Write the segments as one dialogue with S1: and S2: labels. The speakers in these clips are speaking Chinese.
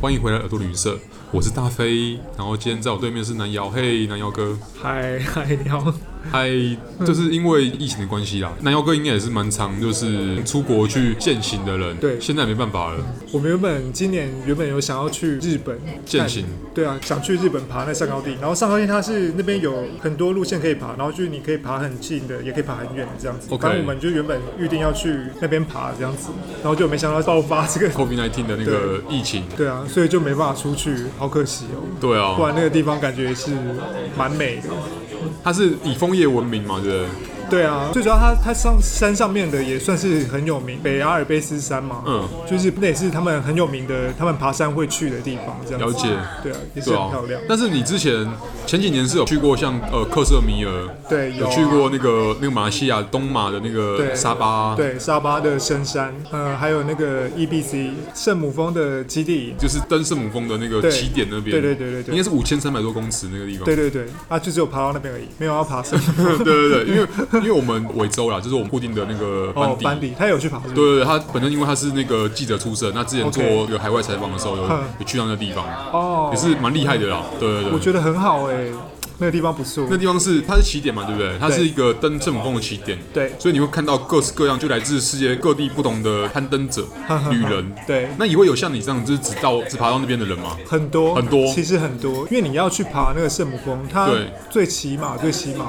S1: 欢迎回来耳朵旅行社，我是大飞，然后今天在我对面是南瑶，嘿，南瑶哥，
S2: 嗨嗨，你好。
S1: 嗨，就是因为疫情的关系啦，南瑶哥应该也是蛮常就是出国去践行的人，
S2: 对
S1: 现在没办法了，
S2: 我们原本今年原本有想要去日本
S1: 践行
S2: 看对啊，想去日本爬那上高地，然后上高地它是那边有很多路线可以爬，然后就是你可以爬很近的，也可以爬很远的这样子。
S1: OK
S2: 反正我们就原本预定要去那边爬这样子，然后就没想到爆发这个，
S1: COVID 1 9的那个疫情，
S2: 对啊，所以就没办法出去，好可惜哦。
S1: 对啊
S2: 不，然那个地方感觉是蛮美的。
S1: 它是以枫叶闻名嘛，对不对？
S2: 对啊，最主要它它上山上面的也算是很有名，北阿尔卑斯山嘛，
S1: 嗯，
S2: 就是那也是他们很有名的，他们爬山会去的地方，这样
S1: 了
S2: 子
S1: 解
S2: 对啊，也是
S1: 对
S2: 很
S1: 啊
S2: 漂亮，，
S1: 但是你之前前几年是有去过像呃克什米尔，
S2: 对有
S1: 有
S2: 啊
S1: 去过那个那个马来西亚东马的那个
S2: 对
S1: 沙巴，，
S2: 对，沙巴的深山，呃，还有那个 EBC 圣母峰的基地，
S1: 就是登圣母峰的那个
S2: 对
S1: 起点那边，
S2: 对对对对对
S1: 应该是五千三百多公尺那个地方，
S2: 对对对，啊，就只有爬到那边而已，没有要爬 山。
S1: 对对对，因为因为我们维州啦，就是我们固定的那个
S2: 哦
S1: 班，底。
S2: 班底他有去爬是不是，
S1: 对对对，他本身因为他是那个记者出身，那之前做
S2: OK
S1: 那个海外采访的时候有
S2: 哼
S1: 有去到那个地方，
S2: 哦
S1: 也是蛮厉害的啦。对对对，
S2: 我觉得很好哎、那个地方不错
S1: 那。地方是它是起点嘛，对不对？它是一个登圣母峰的起点，
S2: 对
S1: 所以你会看到各式各样，就来自世界各地不同的攀登者、旅人，
S2: 对
S1: 那也会有像你这样，就是只到只爬到那边的人嘛。
S2: 很多
S1: 很多
S2: 其实很多，因为你要去爬那个圣母峰，它
S1: 对
S2: 最起码最起码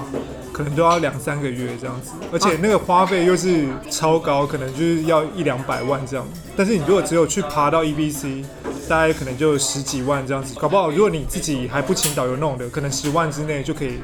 S2: 可能都要两三个月这样子，而
S1: 啊
S2: 且那个花费又是超高，可能就是要一两百万这样。但是你如果只有去爬到 EBC，大概可能就十几万这样子，搞不好如果你自己还不请导游弄的，可能十万之内就可以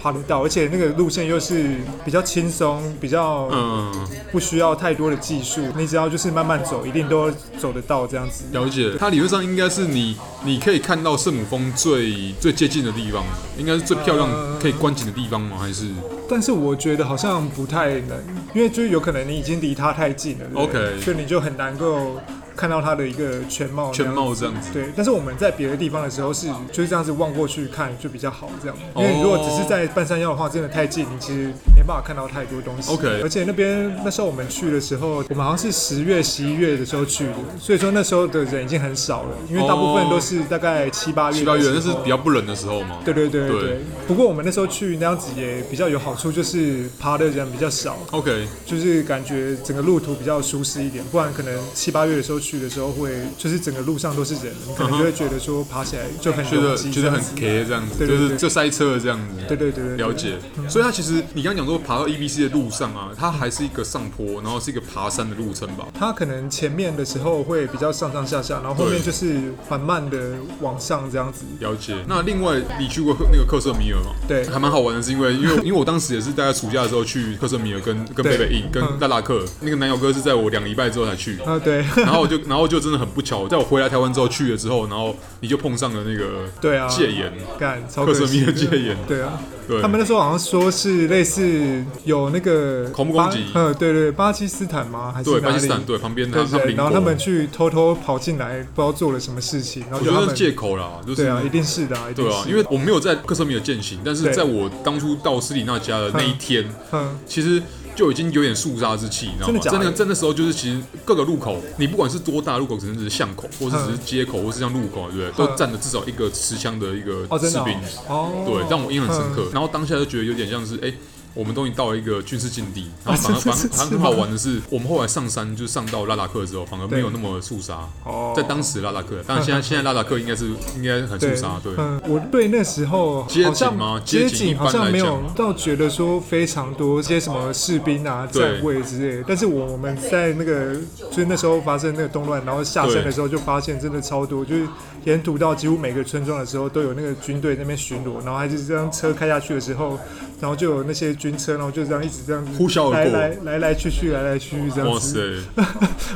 S2: 爬得到，而且那个路线又是比较轻松，比较
S1: 嗯，
S2: 不需要太多的技术，你只要就是慢慢走，一定都走得到这样子。
S1: 了解。它理论上应该是你你可以看到圣母峰最最接近的地方，应该是最漂亮、可以观景的地方吗？还是
S2: 但是我觉得好像不太能，因为就是有可能你已经离它太近了对不对
S1: OK
S2: 所以你就很难够看到它的一个全貌。
S1: 全貌这样子？
S2: 对，但是我们在别的地方的时候是就是这样子望过去看就比较好，这样。
S1: 哦
S2: 因为你如果只是在半山腰的话，真的太近，你其实没办法看到太多东西。
S1: OK
S2: 而且那边那时候我们去的时候，我们好像是十月、十一月的时候去的，所以说那时候的人已经很少了，因为大部分都是大概七八月。
S1: 七八月那是比较不冷的时候嘛。
S2: 对对对
S1: 对
S2: 对不过我们那时候去那样子也比较有好处，就是爬的人比较少，
S1: OK，
S2: 就是感觉整个路途比较舒适一点。不然可能七八月的时候去的时候会，就是整个路上都是人，你可能就会觉得说爬起来就很
S1: 觉
S2: 拥
S1: 得
S2: 挤，
S1: 觉得很
S2: 这样子
S1: K 这样子，
S2: 对对对
S1: 就是就塞车这样子。
S2: 对对对对对嗯
S1: 了解。所以它其实你刚刚讲说爬到 EBC 的路上啊，它还是一个上坡，然后是一个爬山的路程吧。
S2: 它可能前面的时候会比较上上下下，然后后面
S1: 对
S2: 就是缓慢的往上这样子。
S1: 了解。那另外，你去过那个克什米尔吗？
S2: 对
S1: 还蛮好玩的，是因为因 为因为我当时也是大概暑假的时候去克什米尔跟跟
S2: 对
S1: 贝贝印跟
S2: 嗯
S1: 大拉克，那个男友哥是在我两个礼拜之后才去。
S2: 啊，对，
S1: 然后我就，然后就真的很不巧，在我回来台湾之后去了之后，然后你就碰上了那个
S2: 对啊
S1: 戒严，
S2: 干超
S1: 克
S2: 可
S1: 什
S2: 惜
S1: 米尔戒严，
S2: 对啊，
S1: 对
S2: 他们那时候好像说是类似有那个
S1: 恐怖攻击
S2: 巴呃，对对，巴基斯坦吗？还是
S1: 对
S2: 哪
S1: 巴
S2: 里？
S1: 基斯坦对旁边他
S2: 对
S1: 他们
S2: 对，
S1: 邻
S2: 然后
S1: 国
S2: 他们去偷偷跑进来，不知道做了什么事情，然后
S1: 我
S2: 就
S1: 觉
S2: 他
S1: 得是
S2: 们
S1: 借口啦，就是
S2: 对啊，一定是的、啊，一定
S1: 对
S2: 是
S1: 啊，因为我没有在克什米尔践行，但是
S2: 对
S1: 在我当初到斯里那加的那一天，
S2: 嗯，
S1: 其实就已经有点肃杀之气，你知道
S2: 真
S1: 吗？
S2: 的假
S1: 在
S2: 的
S1: 那个在那时候，就是其实各个路口，你不管是多大的路口，可能只是巷口，或是只是街口，或是像路口，对不对？都站了至少一个持枪的一个
S2: 哦，真
S1: 士
S2: 的
S1: 兵，
S2: 哦，
S1: 对，让我印象很深刻。然后当下就觉得有点像是哎。我们终于到了一个军事禁地，然后反而
S2: 是
S1: 反而
S2: 是是
S1: 反而很好玩的是，我们后来上山就上到拉达克之后，反而没有那么肃杀。
S2: 哦
S1: 在当时拉达克，当然现 在现在拉达克应该是应该很肃杀，对。
S2: 嗯，我对那时候
S1: 街景
S2: 好像
S1: 吗街
S2: 街
S1: 景一
S2: 景
S1: 般
S2: 好像
S1: 来
S2: 没有
S1: 讲
S2: 到觉得说非常多些什么士兵啊、
S1: 对
S2: 站位之类的，但是我们在那个就是那时候发生那个动乱，然后下山
S1: 对
S2: 的时候就发现真的超多，就是沿途到几乎每个村庄的时候都有那个军队在那边巡逻，然后还是这样车开下去的时候，然后就有那些军车，然后就这样一直这样子
S1: 呼啸而
S2: 来
S1: 过
S2: 来来来去去，来来去去这样
S1: 哇
S2: 子。
S1: 塞！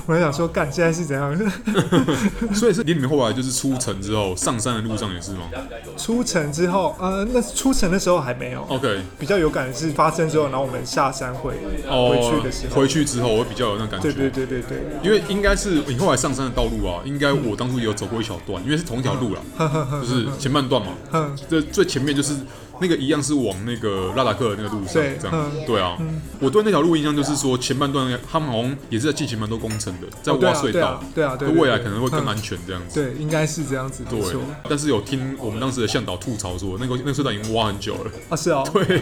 S2: 我在想说，干现在是怎样？
S1: 所以是你们后来就是出城之后，上山的路上也是吗
S2: 出城之后，呃，那出城的时候还没有。
S1: ？OK，
S2: 比较有感的是发生之后，然后我们下山回、
S1: 哦，
S2: 回去的时候，
S1: 回去之后我比较有那感觉。
S2: 对对对对对，
S1: 因为应该是你后来上山的道路啊，应该我 当初也有走过一小段，因为是同一条路啦，就是前半段嘛。
S2: 嗯
S1: 这最前面就是那个一样是往那个拉达克的那个路上
S2: 对
S1: 这样
S2: 嗯。
S1: 对啊，我对那条路印象就是说前半段他们好像也是在进行蛮多工程的，在
S2: 哦对
S1: 挖
S2: 啊
S1: 隧
S2: 对
S1: 道
S2: 啊，对啊对对
S1: 未来
S2: 对
S1: 可能会更
S2: 嗯
S1: 安全这样子。
S2: 对，应该是这样子，没
S1: 对
S2: 错。，
S1: 但是有听我们当时的向导吐槽说，那个那个隧道已经挖很久了。
S2: 啊，是哦，
S1: 对，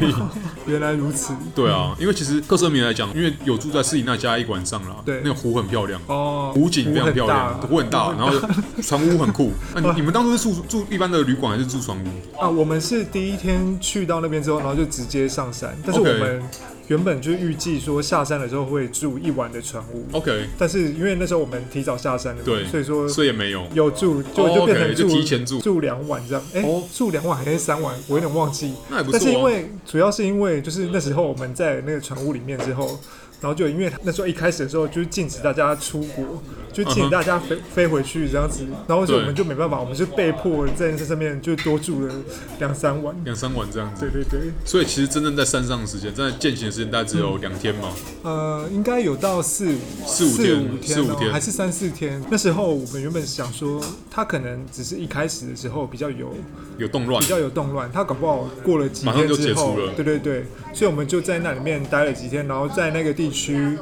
S2: 原来如此。
S1: 对啊，因为其实克什米尔来讲，因为有住在斯里那加一晚上啦，
S2: 对
S1: 那个湖很漂亮，
S2: 哦，
S1: 湖景非常
S2: 很
S1: 漂亮，
S2: 大
S1: 湖很大，然后 船屋很酷。那你你们当初是住住一般的旅馆还是住船屋？
S2: 啊，我们是第一天去到那边之后，然后就直接上山，但是我
S1: OK
S2: 们原本就预计说下山的时候会住一晚的船屋，
S1: OK，
S2: 但是因为那时候我们提早下山了嘛，
S1: 哦对，
S2: 所以说
S1: 所以也没有。
S2: 有住就、
S1: 哦
S2: 就变成
S1: OK，就
S2: 住
S1: 提前住
S2: 两晚这样，哎、
S1: 哦
S2: 住两晚还是三晚，我有点忘记。
S1: 那也不错啊
S2: 但是因为主要是因为就是那时候我们在那个船屋里面之后。然后就因为那时候一开始的时候就是禁止大家出国，就禁
S1: 嗯
S2: 止
S1: 哼
S2: 大家飞、飞回去这样子，然后所以
S1: 对
S2: 我们就没办法，我们是被迫在这上面就多住了两三晚。
S1: 两三晚这样子
S2: 对，对对，
S1: 所以其实真正在山上的时间，真的践行的时间大概只
S2: 嗯
S1: 有两天嘛。
S2: 呃，应该有到四五
S1: 四五天
S2: 五
S1: 四
S2: 天
S1: 五
S2: 哦，
S1: 天
S2: 还是三四天。那时候我们原本想说，他可能只是一开始的时候比较有
S1: 有动乱
S2: 比，较有动乱，他搞不好过了几
S1: 马上
S2: 天
S1: 就
S2: 之
S1: 解
S2: 后
S1: 除了，
S2: 对对对，所以我们就在那里面待了几天，然后在那个地区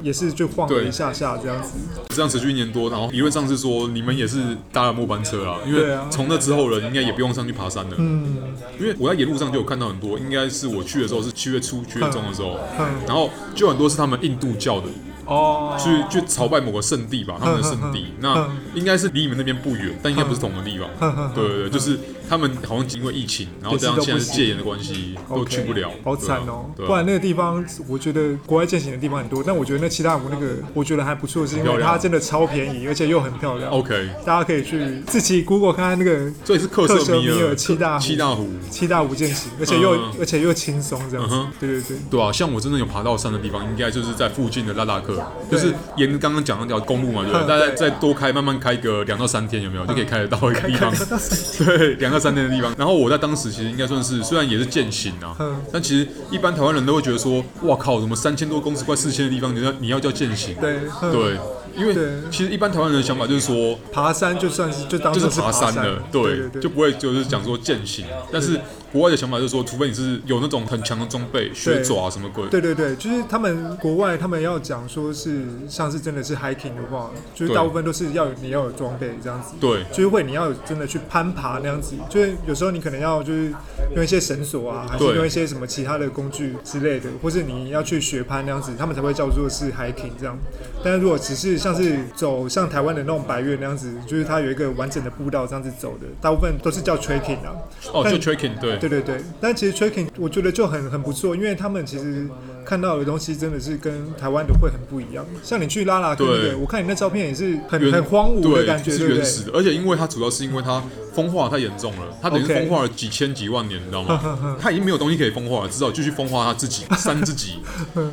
S2: 也是就晃了
S1: 对
S2: 一下下这样子。
S1: 这样持续一年多，然后理论上是说你们也是搭了末班车啦，因
S2: 对
S1: 为
S2: 啊
S1: 从那之后人应该也不用上去爬山了。嗯，因为我在沿路上就有看到很多，应该是我去的时候是七月初、七月中的时候，
S2: 嗯
S1: 然后就很多是他们印度教的，
S2: 哦，
S1: 去去朝拜某个圣地吧，他们的圣
S2: 嗯
S1: 地，那应该是离你们那边不远，但应该不是同个地
S2: 嗯
S1: 方。对对对，就是他们好像因为疫情，然后这样现在是戒严的关系，都
S2: OK，
S1: 去不了，
S2: 好惨哦、
S1: 对啊
S2: 不然那个地方，我觉得国外践行的地方很多，但我觉得那七大湖那个，我觉得还不错，是因
S1: 漂
S2: 为
S1: 亮
S2: 它真的超便宜，而且又很漂亮。
S1: OK，
S2: 大家可以去自己 Google 看看那个
S1: 所以是克什米
S2: 克什米
S1: 尔
S2: 尔七大湖
S1: 七大湖。
S2: 七大无间行，而且又、
S1: 嗯
S2: 而且又轻松这样子。
S1: 嗯哼
S2: 对对对，
S1: 对啊，像我真的有爬到山的地方，应该就是在附近的拉达克，就是沿刚刚讲那条公路嘛，对不对？
S2: 嗯
S1: 大概
S2: 对嗯
S1: 再多开，慢慢开个两到三天，有没有就可以开得到一个地方
S2: 开得到 三？
S1: 对，两到三天的地方。然后我在当时其实应该算是，虽然也是践行啊
S2: 嗯，
S1: 但其实一般台湾人都会觉得说，哇靠，怎么三千多公尺快四千的地方，你要你要叫践行？
S2: 对嗯
S1: 对，因为
S2: 对
S1: 其实一般台湾人的想法就是说，
S2: 爬山就算是就当
S1: 就是
S2: 做
S1: 爬
S2: 山
S1: 山的，
S2: 对
S1: 对，
S2: 对
S1: 就不会就是讲说践行。但是国外的想法就是说，除非你是有那种很强的装备，雪
S2: 对
S1: 爪啊什么鬼，
S2: 对对对，就是他们国外他们要讲说是像是真的是 hiking 的话，就是
S1: 对
S2: 大部分都是要有你要有装备这样子。
S1: 对
S2: 就是会你要有真的去攀爬那样子，就是有时候你可能要就是用一些绳索啊，还是
S1: 对
S2: 用一些什么其他的工具之类的，或是你要去学攀那样子，他们才会叫做是 hiking 这样。但是如果只是像是走像台湾的那种百越那样子，就是它有一个完整的步道这样子走的，大部分都是叫 trekking 啊。
S1: 哦，就
S2: 但
S1: trekking，对，
S2: 对对对，但其实 trekking 我觉得就很很不错，因为他们其实看到的东西真的是跟台湾的会很不一样。像你去拉拉克那
S1: 对
S2: 个，我看你那照片也是很
S1: 原
S2: 很荒芜
S1: 对
S2: 的感觉，
S1: 是
S2: 对不
S1: 原
S2: 对？
S1: 始的，而且因为它主要是因为它风化太严重了，它等于是
S2: OK
S1: 风化了几千几万年，你知道 吗？它已经没有东西可以风化了，只好继续风化它自己，山自己。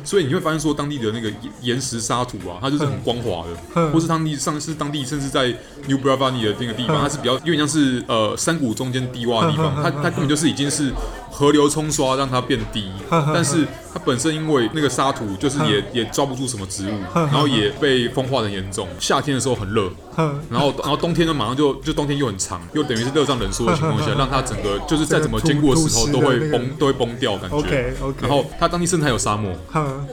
S1: 所以你会发现说，当地的那个岩岩石沙土啊，它就是
S2: 嗯
S1: 很光滑的，或是当地上是当地甚至在 New Bravani 的那个地
S2: 嗯
S1: 方，它是比较有点像是呃山谷中间低洼的地方，它它根本就是已经是河流冲刷让它变低，但是它本身因为那个沙土就是也也抓不住什么植物，然后也被风化的严重，夏天的时候很热。
S2: 哼
S1: 然后然后冬天呢，马上就就冬天又很长，又等于是热胀冷缩的情况下，让它整个就是再怎么经过的石头都会
S2: 这个土
S1: 崩，都会崩掉感觉。
S2: OK，OK
S1: 然后它当地甚至还有沙漠，
S2: 哼，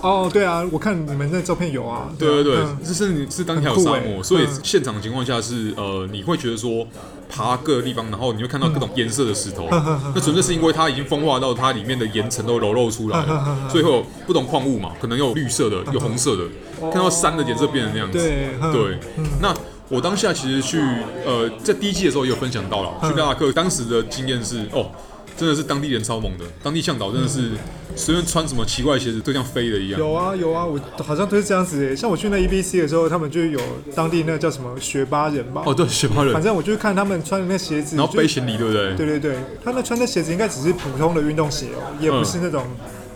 S2: 哦，对啊，我看你们那照片有啊。
S1: 对对对
S2: 嗯，
S1: 这是是当地还有
S2: 很酷
S1: 沙
S2: 欸
S1: 漠，所以
S2: 嗯
S1: 现场的情况下是呃，你会觉得说爬各个地方，然后你会看到各种颜色的石 头，
S2: 嗯
S1: 那纯粹是因为它已经风化到它里面的岩层都裸露出来
S2: 嗯
S1: 了， 所以会有不同矿物嘛，可能有绿色的，有红色的，看到山的颜色变成那样子。
S2: 哦对嗯
S1: 对，那。我当下其实去，呃，在第一季的时候也有分享到了，
S2: 嗯
S1: 去拉达克当时的经验是，哦，真的是当地人超猛的，当地向导真的是随便穿什么奇怪的鞋子都像飞的一样。
S2: 嗯有啊有啊，我好像都是这样子诶。像我去那 EBC 的时候，他们就有当地那叫什么学巴人吧。
S1: 哦，对，雪巴人
S2: 反，正我就看他们穿的那鞋子，
S1: 然后
S2: 就
S1: 背行李，对不对？
S2: 对对对，他那穿的鞋子应该只是普通的运动鞋哦，也不是那种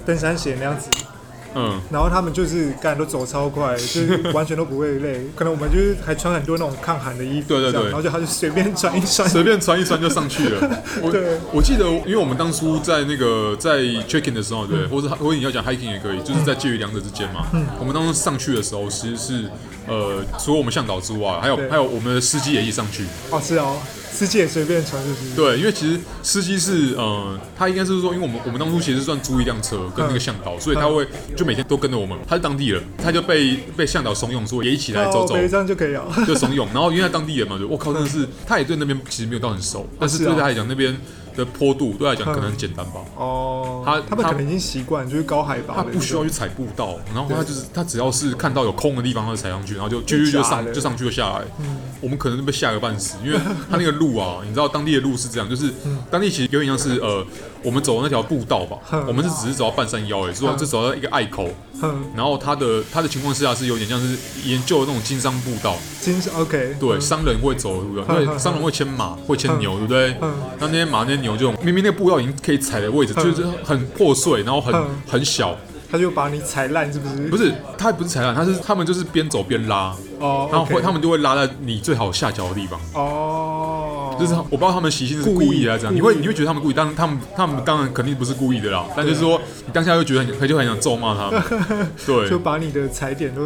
S2: 登山鞋那样子。
S1: 嗯，
S2: 然后他们就是干都走超快， 就是完全都不会累。可能我们就是还穿很多那种抗寒的衣服，
S1: 对对
S2: 这样
S1: 对
S2: 然后就他就随便穿一穿，
S1: 随便穿一穿就上去 了。
S2: 对
S1: 我我记得，因为我们当初在那个在 checking 的时候，
S2: 嗯
S1: 对，或者或者你要讲 hiking 也可以，就是在介于两者之间嘛。我们当初上去的时候，其实是呃，除了我们向导之外，还有
S2: 对
S1: 还有我们的司机也一起上去。
S2: 哦，是哦，司机也随便传出去。
S1: 对，因为其实司机是呃，他应该是说，因为我们我们当初其实算租一辆车跟那个向导，所以
S2: 嗯
S1: 他会就每天都跟着我们。他是当地人，他就被被向导怂恿说也一起来走
S2: 哦，
S1: 走。
S2: 每一张就可以 了。
S1: 就怂恿，然后因为他当地人嘛，就我靠，真的是，他也对那边其实没有到很熟，但是
S2: 是
S1: 对
S2: 啊
S1: 他来讲，那边的坡度对他来讲可能很简单吧，
S2: 哦，
S1: 他
S2: 他们
S1: 他
S2: 可能已经习惯，就是高海拔
S1: 他
S2: 的，
S1: 不需要去踩步道，然后他就是他只要是看到有空的地方，他就踩上嗯去，然后就就
S2: 真
S1: 就就
S2: 假
S1: 上
S2: 的
S1: 就上去就下来。我们可能被吓个半死，因为他那个路啊，你知道当地的路是这样，就是当地其实有点像是呃，我们走的那条步道吧，我们是只是走到半山腰而已，说这走到一个隘口，
S2: 嗯，
S1: 然后他的他的情况下是有点像是研究的那种经商步道，
S2: 经常 OK，
S1: 对，商人会走路的，因为商人会牵马，会牵牛，对不对
S2: 嗯嗯？
S1: 那那些马、那些牛，这种明明那个步道已经可以踩的位置，就是很破碎，然后很
S2: 嗯
S1: 很小，
S2: 他就把你踩烂，是不是？
S1: 不
S2: 是
S1: 是，他不是踩烂，他是他们就是边走边拉，
S2: 哦，
S1: 然后
S2: OK
S1: 会他们就会拉在你最好下脚的地方。
S2: 哦，
S1: 就是我不知道他们习性是故意的还是怎样，
S2: 故意嗯
S1: 你会你会觉得他们故意，但他们他们当然肯定不是故意的啦。但就是说，你当下就觉得很就很想咒骂他们，对，
S2: 就把你的踩点都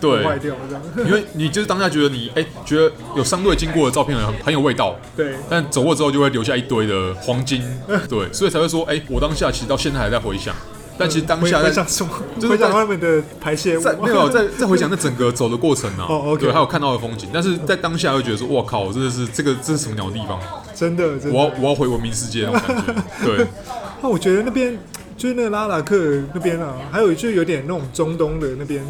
S1: 对
S2: 破坏掉，这样。
S1: 因为你就是当下觉得你哎、觉得有商队经过的照片很很有味道，
S2: 对
S1: 但走过之后就会留下一堆的黄金，对，所以才会说，哎、我当下其实到现在还在回想，但其实当下
S2: 会
S1: 在
S2: 会想什么？
S1: 就是
S2: 会想
S1: 在
S2: 他们的排泄物
S1: 在没有在在回想那整个走的过程啊，
S2: 哦，OK
S1: 对，还有看到的风景，但是在当下会觉得说，哇靠，真的是这个这是什么鸟地方？
S2: 真的真
S1: 我
S2: 的。
S1: 要我要回文明世界那种感觉， 对，
S2: 那我觉得那边就是那个拉达克那边啊，还有就有点那种中东的那边。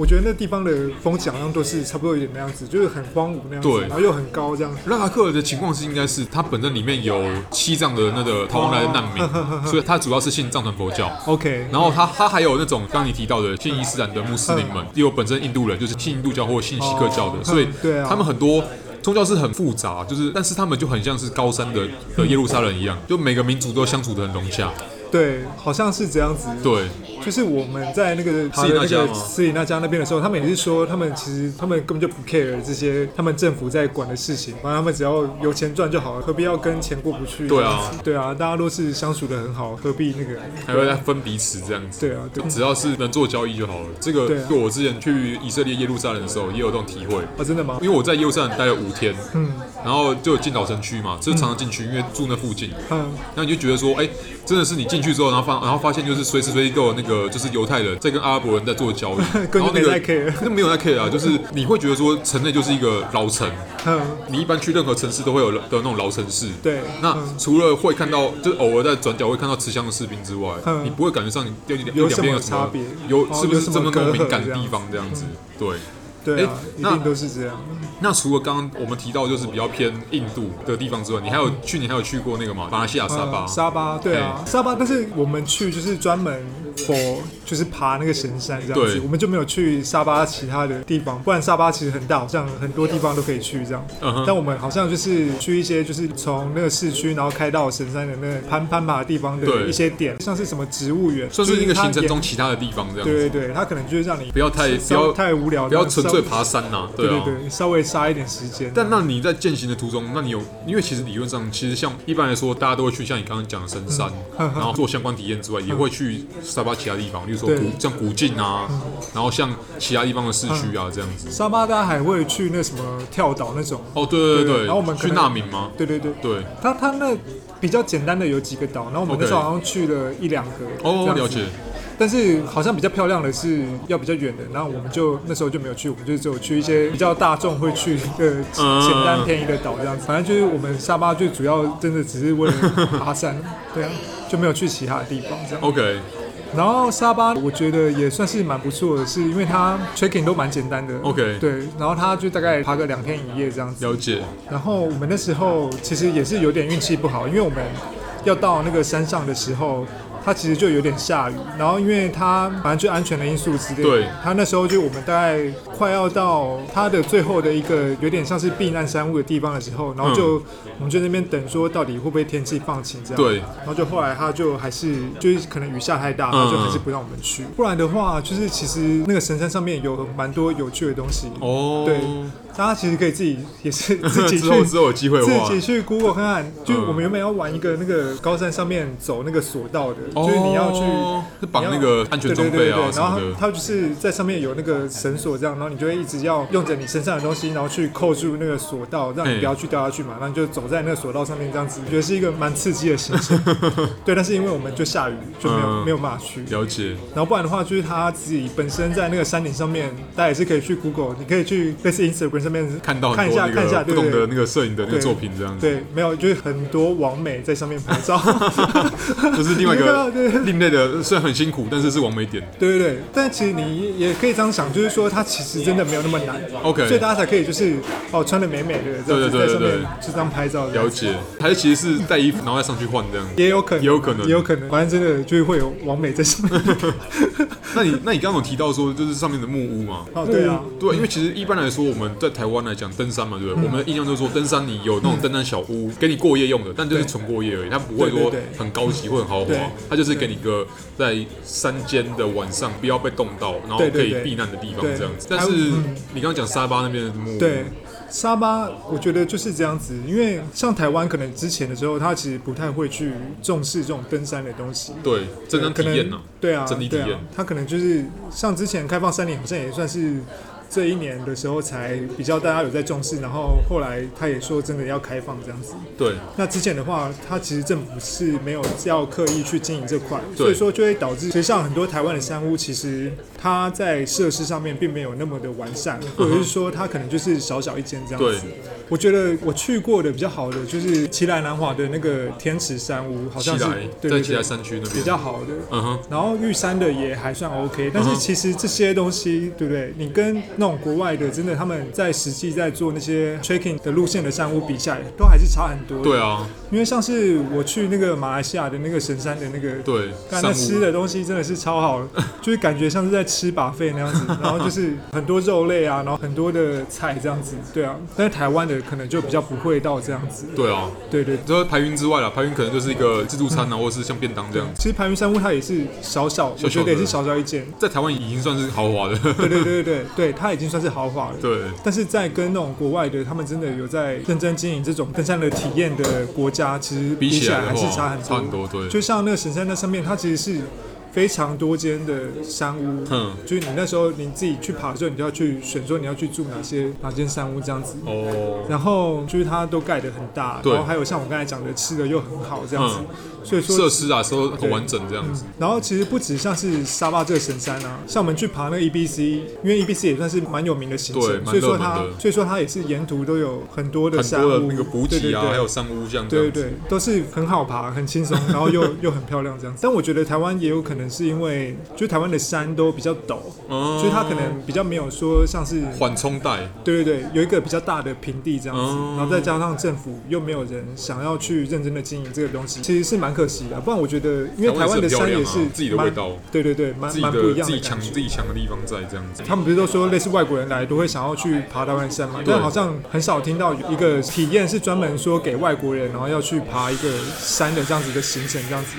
S2: 我觉得那地方的风景好像都是差不多有点那样子，就是很荒芜那样子，
S1: 对
S2: 然后又很高这样子。
S1: 拉达克的情况是应该是他本身里面有西藏的那个逃亡来的难 民，所以他主要是信藏传佛教。
S2: OK，
S1: 然后他他还有那种刚刚你提到的信伊斯兰的穆斯林们，也有本身印度人，就是信印度教或信锡克教的，
S2: 嗯哦
S1: 所以
S2: 对啊
S1: 他们很多。宗教是很复杂，就是，但是他们就很像是高山的的耶路撒冷一样，就每个民族都相处的很融洽。
S2: 对，好像是这样子。
S1: 对，
S2: 就是我们在那个
S1: 斯里那加
S2: 那
S1: 吗
S2: 个斯里那加那边的时候，他们也是说，他们其实他们根本就不 care 这些他们政府在管的事情，反正他们只要有钱赚就好了，何必要跟钱过不去？
S1: 对啊
S2: 这样子，对啊，大家都是相处的很好，何必那个？
S1: 还会再分彼此这样子。
S2: 对啊，对
S1: 只要是能做交易就好了。这个
S2: 对啊
S1: 对我之前去以色列耶路撒冷的时候也有这种体会。
S2: 啊，真的吗？
S1: 因为我在耶路撒冷待了五天，嗯，然后就有进老城区嘛，就常常进去，因为住那附近，
S2: 嗯，
S1: 那你就觉得说，哎、真的是你进去之后，然后发，然后发现就是随时随地都有那个就是犹太人在跟阿拉伯人在做交易， 然
S2: 根本
S1: 后那
S2: 没
S1: 个
S2: 在 care
S1: 那没有在 care 啊，就是你会觉得说城内就是一个老城，
S2: 嗯，
S1: 你一般去任何城市都会有的那种老城市，
S2: 对
S1: 那
S2: 嗯
S1: 除了会看到，就是偶尔在转角会看到持枪的士兵之外，
S2: 嗯
S1: 你不会感觉上你有两
S2: 有
S1: 两边有
S2: 什
S1: 什
S2: 么
S1: 么
S2: 差别
S1: 有
S2: 哦
S1: 是不
S2: 有
S1: 是
S2: 什
S1: 这
S2: 么
S1: 么个
S2: 隔
S1: 敏
S2: 阂
S1: 感
S2: 这
S1: 的
S2: 样嗯
S1: 地方这样子？对。
S2: 对啊，
S1: 诶
S2: 一
S1: 那
S2: 定都是这样。
S1: 那除了刚刚我们提到就是比较偏印度的地方之外，你还有去年还有去过那个嘛马来西亚沙巴？
S2: 嗯沙巴，对啊，沙巴。但是我们去就是专门 for 就是爬那个神山这样子
S1: 对，
S2: 我们就没有去沙巴其他的地方。不然沙巴其实很大，好像很多地方都可以去这样。
S1: 嗯哼
S2: 但我们好像就是去一些就是从那个市区，然后开到神山的那个攀攀爬的地方的
S1: 对
S2: 一些点，像是什么植物园，
S1: 算是一个
S2: 它
S1: 行程
S2: 也
S1: 中。其他的地方这样子，
S2: 对对对，它可能就是让你
S1: 不要太不
S2: 稍
S1: 要
S2: 太无聊，
S1: 不要
S2: 然后
S1: 纯粹
S2: 稍
S1: 爬山呐、
S2: 对
S1: 对啊。
S2: 对，稍微杀一点时间。
S1: 但那你在践行的途中，那你有因为其实理论上，其实像一般来说，大家都会去像你刚刚讲的神山，
S2: 嗯
S1: 然后做相关体验之外，也会去沙巴其他地方，例如说
S2: 对嗯
S1: 古像古晋啊，然后像其他地方的市区啊这样子。
S2: 沙巴大家还会去那什么跳岛那种，
S1: 哦，对对对对，
S2: 然后我们可
S1: 去
S2: 能
S1: 纳明吗？
S2: 对对对，
S1: 对，
S2: 它它那比较简单的有几个岛，然后我们
S1: OK
S2: 那时候好像去了一两个。
S1: 哦，
S2: 这
S1: 了
S2: 样子
S1: 解。
S2: 但是好像比较漂亮的是要比较远的，然后我们就那时候就没有去，我们就只有去一些比较大众会去的
S1: 嗯
S2: 呃简单便宜的岛这样子。反正就是我们沙巴最主要真的只是为了 爬山，对啊，就没有去其他的地方这样。
S1: OK，
S2: 然后沙巴我觉得也算是蛮不错的，是因为它 trekking 都蛮简单的。
S1: OK
S2: 对，然后它就大概爬个两天一夜这样子。
S1: 了解。
S2: 然后我们那时候其实也是有点运气不好，因为我们要到那个山上的时候，它其实就有点下雨。然后因为它反正就安全的因素之类的，
S1: 对
S2: 它那时候就我们大概快要到它的最后的一个有点像是避难山屋的地方的时候，然后就、我们就在那边等说到底会不会天气放晴这
S1: 嗯
S2: 样。
S1: 对
S2: 然后就后来他就还是就是可能雨下太大，他就
S1: 嗯
S2: 还是不让我们去。不然的话，就是其实那个神山上面有蛮多有趣的东西。
S1: 哦，
S2: 对，大家其实可以自己也是自己
S1: 之后
S2: 去
S1: 之后有机会的话嗯
S2: 自己去 Google 看看。就我们原本要玩一个那个高山上面走那个索道的，就是你要去
S1: 哦是绑那个安全
S2: 对
S1: 装
S2: 对对
S1: 备
S2: 对
S1: 啊
S2: 对，
S1: 什
S2: 然
S1: 么
S2: 后
S1: 的。
S2: 它它就是在上面有那个绳索这样，然后你就会一直要用着你身上的东西，然后去扣住那个索道，让你
S1: 嘿
S2: 不要去掉下去嘛。然后你就走在那个索道上面这样子，觉得是一个蛮刺激的 行程。对，但是因为我们就下雨，就没有、
S1: 嗯
S2: 没有办法去。
S1: 了解，
S2: 然后不然的话，就是他自己本身在那个山顶上面，大家也是可以去 Google，你可以去类似 Instagram 上面
S1: 看到
S2: 看
S1: 很
S2: 一
S1: 多
S2: 下
S1: 那
S2: 看一下，
S1: 个不
S2: 对
S1: 同
S2: 对
S1: 的
S2: 对
S1: 那个摄影的那个
S2: 对
S1: 作品这样子，
S2: 对，没有，就是很多网美在上面拍 照。
S1: 这是另外一
S2: 你看到
S1: 个
S2: 对
S1: 另类的，虽然很辛苦，但是是完美点。
S2: 对对对，但其实你也可以这样想，就是说它其实真的没有那么难
S1: OK
S2: 所以大家才可以就是哦穿的美美的，这样
S1: 对对
S2: 子
S1: 对
S2: 在上
S1: 对对
S2: 面就这样拍照，
S1: 了解，还是其实是带衣服然后再上去换这样。
S2: 也有可能，
S1: 也有可能
S2: 也有可能，反正真的就是会有完美在上 面。
S1: 那你那你刚刚有提到说就是上面的木屋嘛？
S2: 哦，对啊，
S1: 对，因为其实一般来说，我们在台湾来讲登山嘛，对不
S2: 嗯
S1: 对？我们的印象就是说，登山你有那种登山小屋给你过夜用的，但就是纯过夜而已，它不会
S2: 对对
S1: 说
S2: 对
S1: 很高级或很豪华
S2: 对，
S1: 它就是给你个在山间的晚上不要被冻到，然后
S2: 对
S1: 可
S2: 对
S1: 以
S2: 对
S1: 避难的地方
S2: 对
S1: 这样子。
S2: 还嗯
S1: 但是你刚刚讲沙巴那边的木屋，
S2: 对，沙巴我觉得就是这样子，因为像台湾可能之前的时候，他其实不太会去重视这种登山的东西。
S1: 对，真正
S2: 可
S1: 体
S2: 能
S1: 验呢、哦
S2: 对啊，
S1: 整体体
S2: 对啊
S1: 验
S2: 它可能就是像之前开放山林，好像也算是这一年的时候才比较大家有在重视，然后后来他也说真的要开放这样子。
S1: 对，
S2: 那之前的话，它其实政府是没有要刻意去经营这块，
S1: 对
S2: 所以说就会导致，其实像很多台湾的山屋，其实它在设施上面并没有那么的完善，或者是说它可能就是小小一间这样子
S1: 对。
S2: 我觉得我去过的比较好的就是奇莱南华的那个天池山屋，好
S1: 奇
S2: 像是
S1: 来
S2: 对
S1: 在
S2: 对
S1: 奇来
S2: 对，
S1: 山区那
S2: 比
S1: 边，
S2: 较好的。
S1: 嗯哼，
S2: 然后玉山的也还算 OK，但
S1: 嗯
S2: 是
S1: 哼
S2: 其实这些东西，对不对？你跟那种国外的，真的他们在实际在做那些 trekking 的路线的山屋比起来，都还是差很多。
S1: 对，啊，
S2: 因为像是我去那个马来西亚的那个神山的那个，
S1: 对，
S2: 干
S1: 山
S2: 那
S1: 屋
S2: 吃的东西真的是超好，就是感觉像是在吃把费那样子，然后就是很多肉类啊，然后很多的菜这样子，对啊。但是台湾的可能就比较不会到这样子，
S1: 对啊，
S2: 对对
S1: 除了排云之外啦，排云可能就是一个自助餐啊，或者是像便当这样子，
S2: 其实盘云山屋它也是小小，
S1: 小
S2: 我觉
S1: 小的
S2: 得也是小小一间，
S1: 在台湾已经算是豪华的，
S2: 对对对对对，对，它已经算是豪华了。
S1: 对。
S2: 但是在跟那种国外的，他们真的有在认真经营这种登山的体验的国家，其实
S1: 比
S2: 比
S1: 起
S2: 起
S1: 来
S2: 来
S1: 的
S2: 还是
S1: 话，
S2: 差很多。
S1: 对，
S2: 就像那个神山那上面，它其实是非常多间的山屋，
S1: 嗯
S2: 就是你那时候你自己去爬的时候，你就要去选说你要去住哪些哪间山屋这样子。
S1: 哦，
S2: 然后就是它都盖得很大，
S1: 对
S2: 然后还有像我刚才讲的，吃的又很好这样子，所以说
S1: 设施啊，都很完整这样子。
S2: 然后其实不止像是沙巴这个神山啊，像我们去爬那个 EBC，因为 EBC 也算是蛮有名的行
S1: 对
S2: 程，所以说
S1: 蛮热
S2: 它
S1: 门的
S2: 所以说它也是沿途都有很多的
S1: 很
S2: 山屋，
S1: 多的那个补
S2: 对
S1: 给
S2: 对
S1: 啊，
S2: 对
S1: 还有山屋像这
S2: 对
S1: 样子，
S2: 对对，都是很好爬、很轻松，然后 又又很漂亮这样子。但我觉得台湾也有可能是因为，就台湾的山都比较陡，
S1: 嗯
S2: 所以它可能比较没有说像是，
S1: 缓冲带，
S2: 对对对，有一个比较大的平地这样子，
S1: 嗯
S2: 然后再加上政府又没有人想要去认真的经营这个东西，其实是蛮可惜的。不然我觉得，因为台
S1: 台湾
S2: 湾
S1: 也
S2: 的
S1: 是很
S2: 山
S1: 漂亮
S2: 也
S1: 啊
S2: 是
S1: 自己的味
S2: 蛮
S1: 道
S2: 对对对，蛮
S1: 自己
S2: 蛮不一
S1: 的
S2: 样
S1: 自
S2: 的
S1: 己
S2: 感
S1: 强
S2: 觉
S1: 自。己强的地方在这样子。
S2: 他们不是都说类似外国人来都会想要去爬台湾山嘛？但好像很少听到有一个体验是专门说给外国人，然后要去爬一个山的这样子一个行程这样子。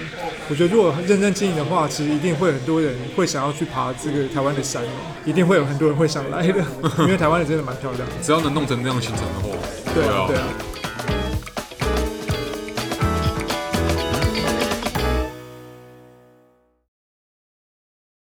S2: 我觉得如果认真经营的话，其实一定会很多人会想要去爬这个台湾的山，一定会有很多人会想来的，因为台湾的真的蛮漂亮的。
S1: 只要能弄成这样的行程的话，
S2: 对啊，对啊
S1: 啊。。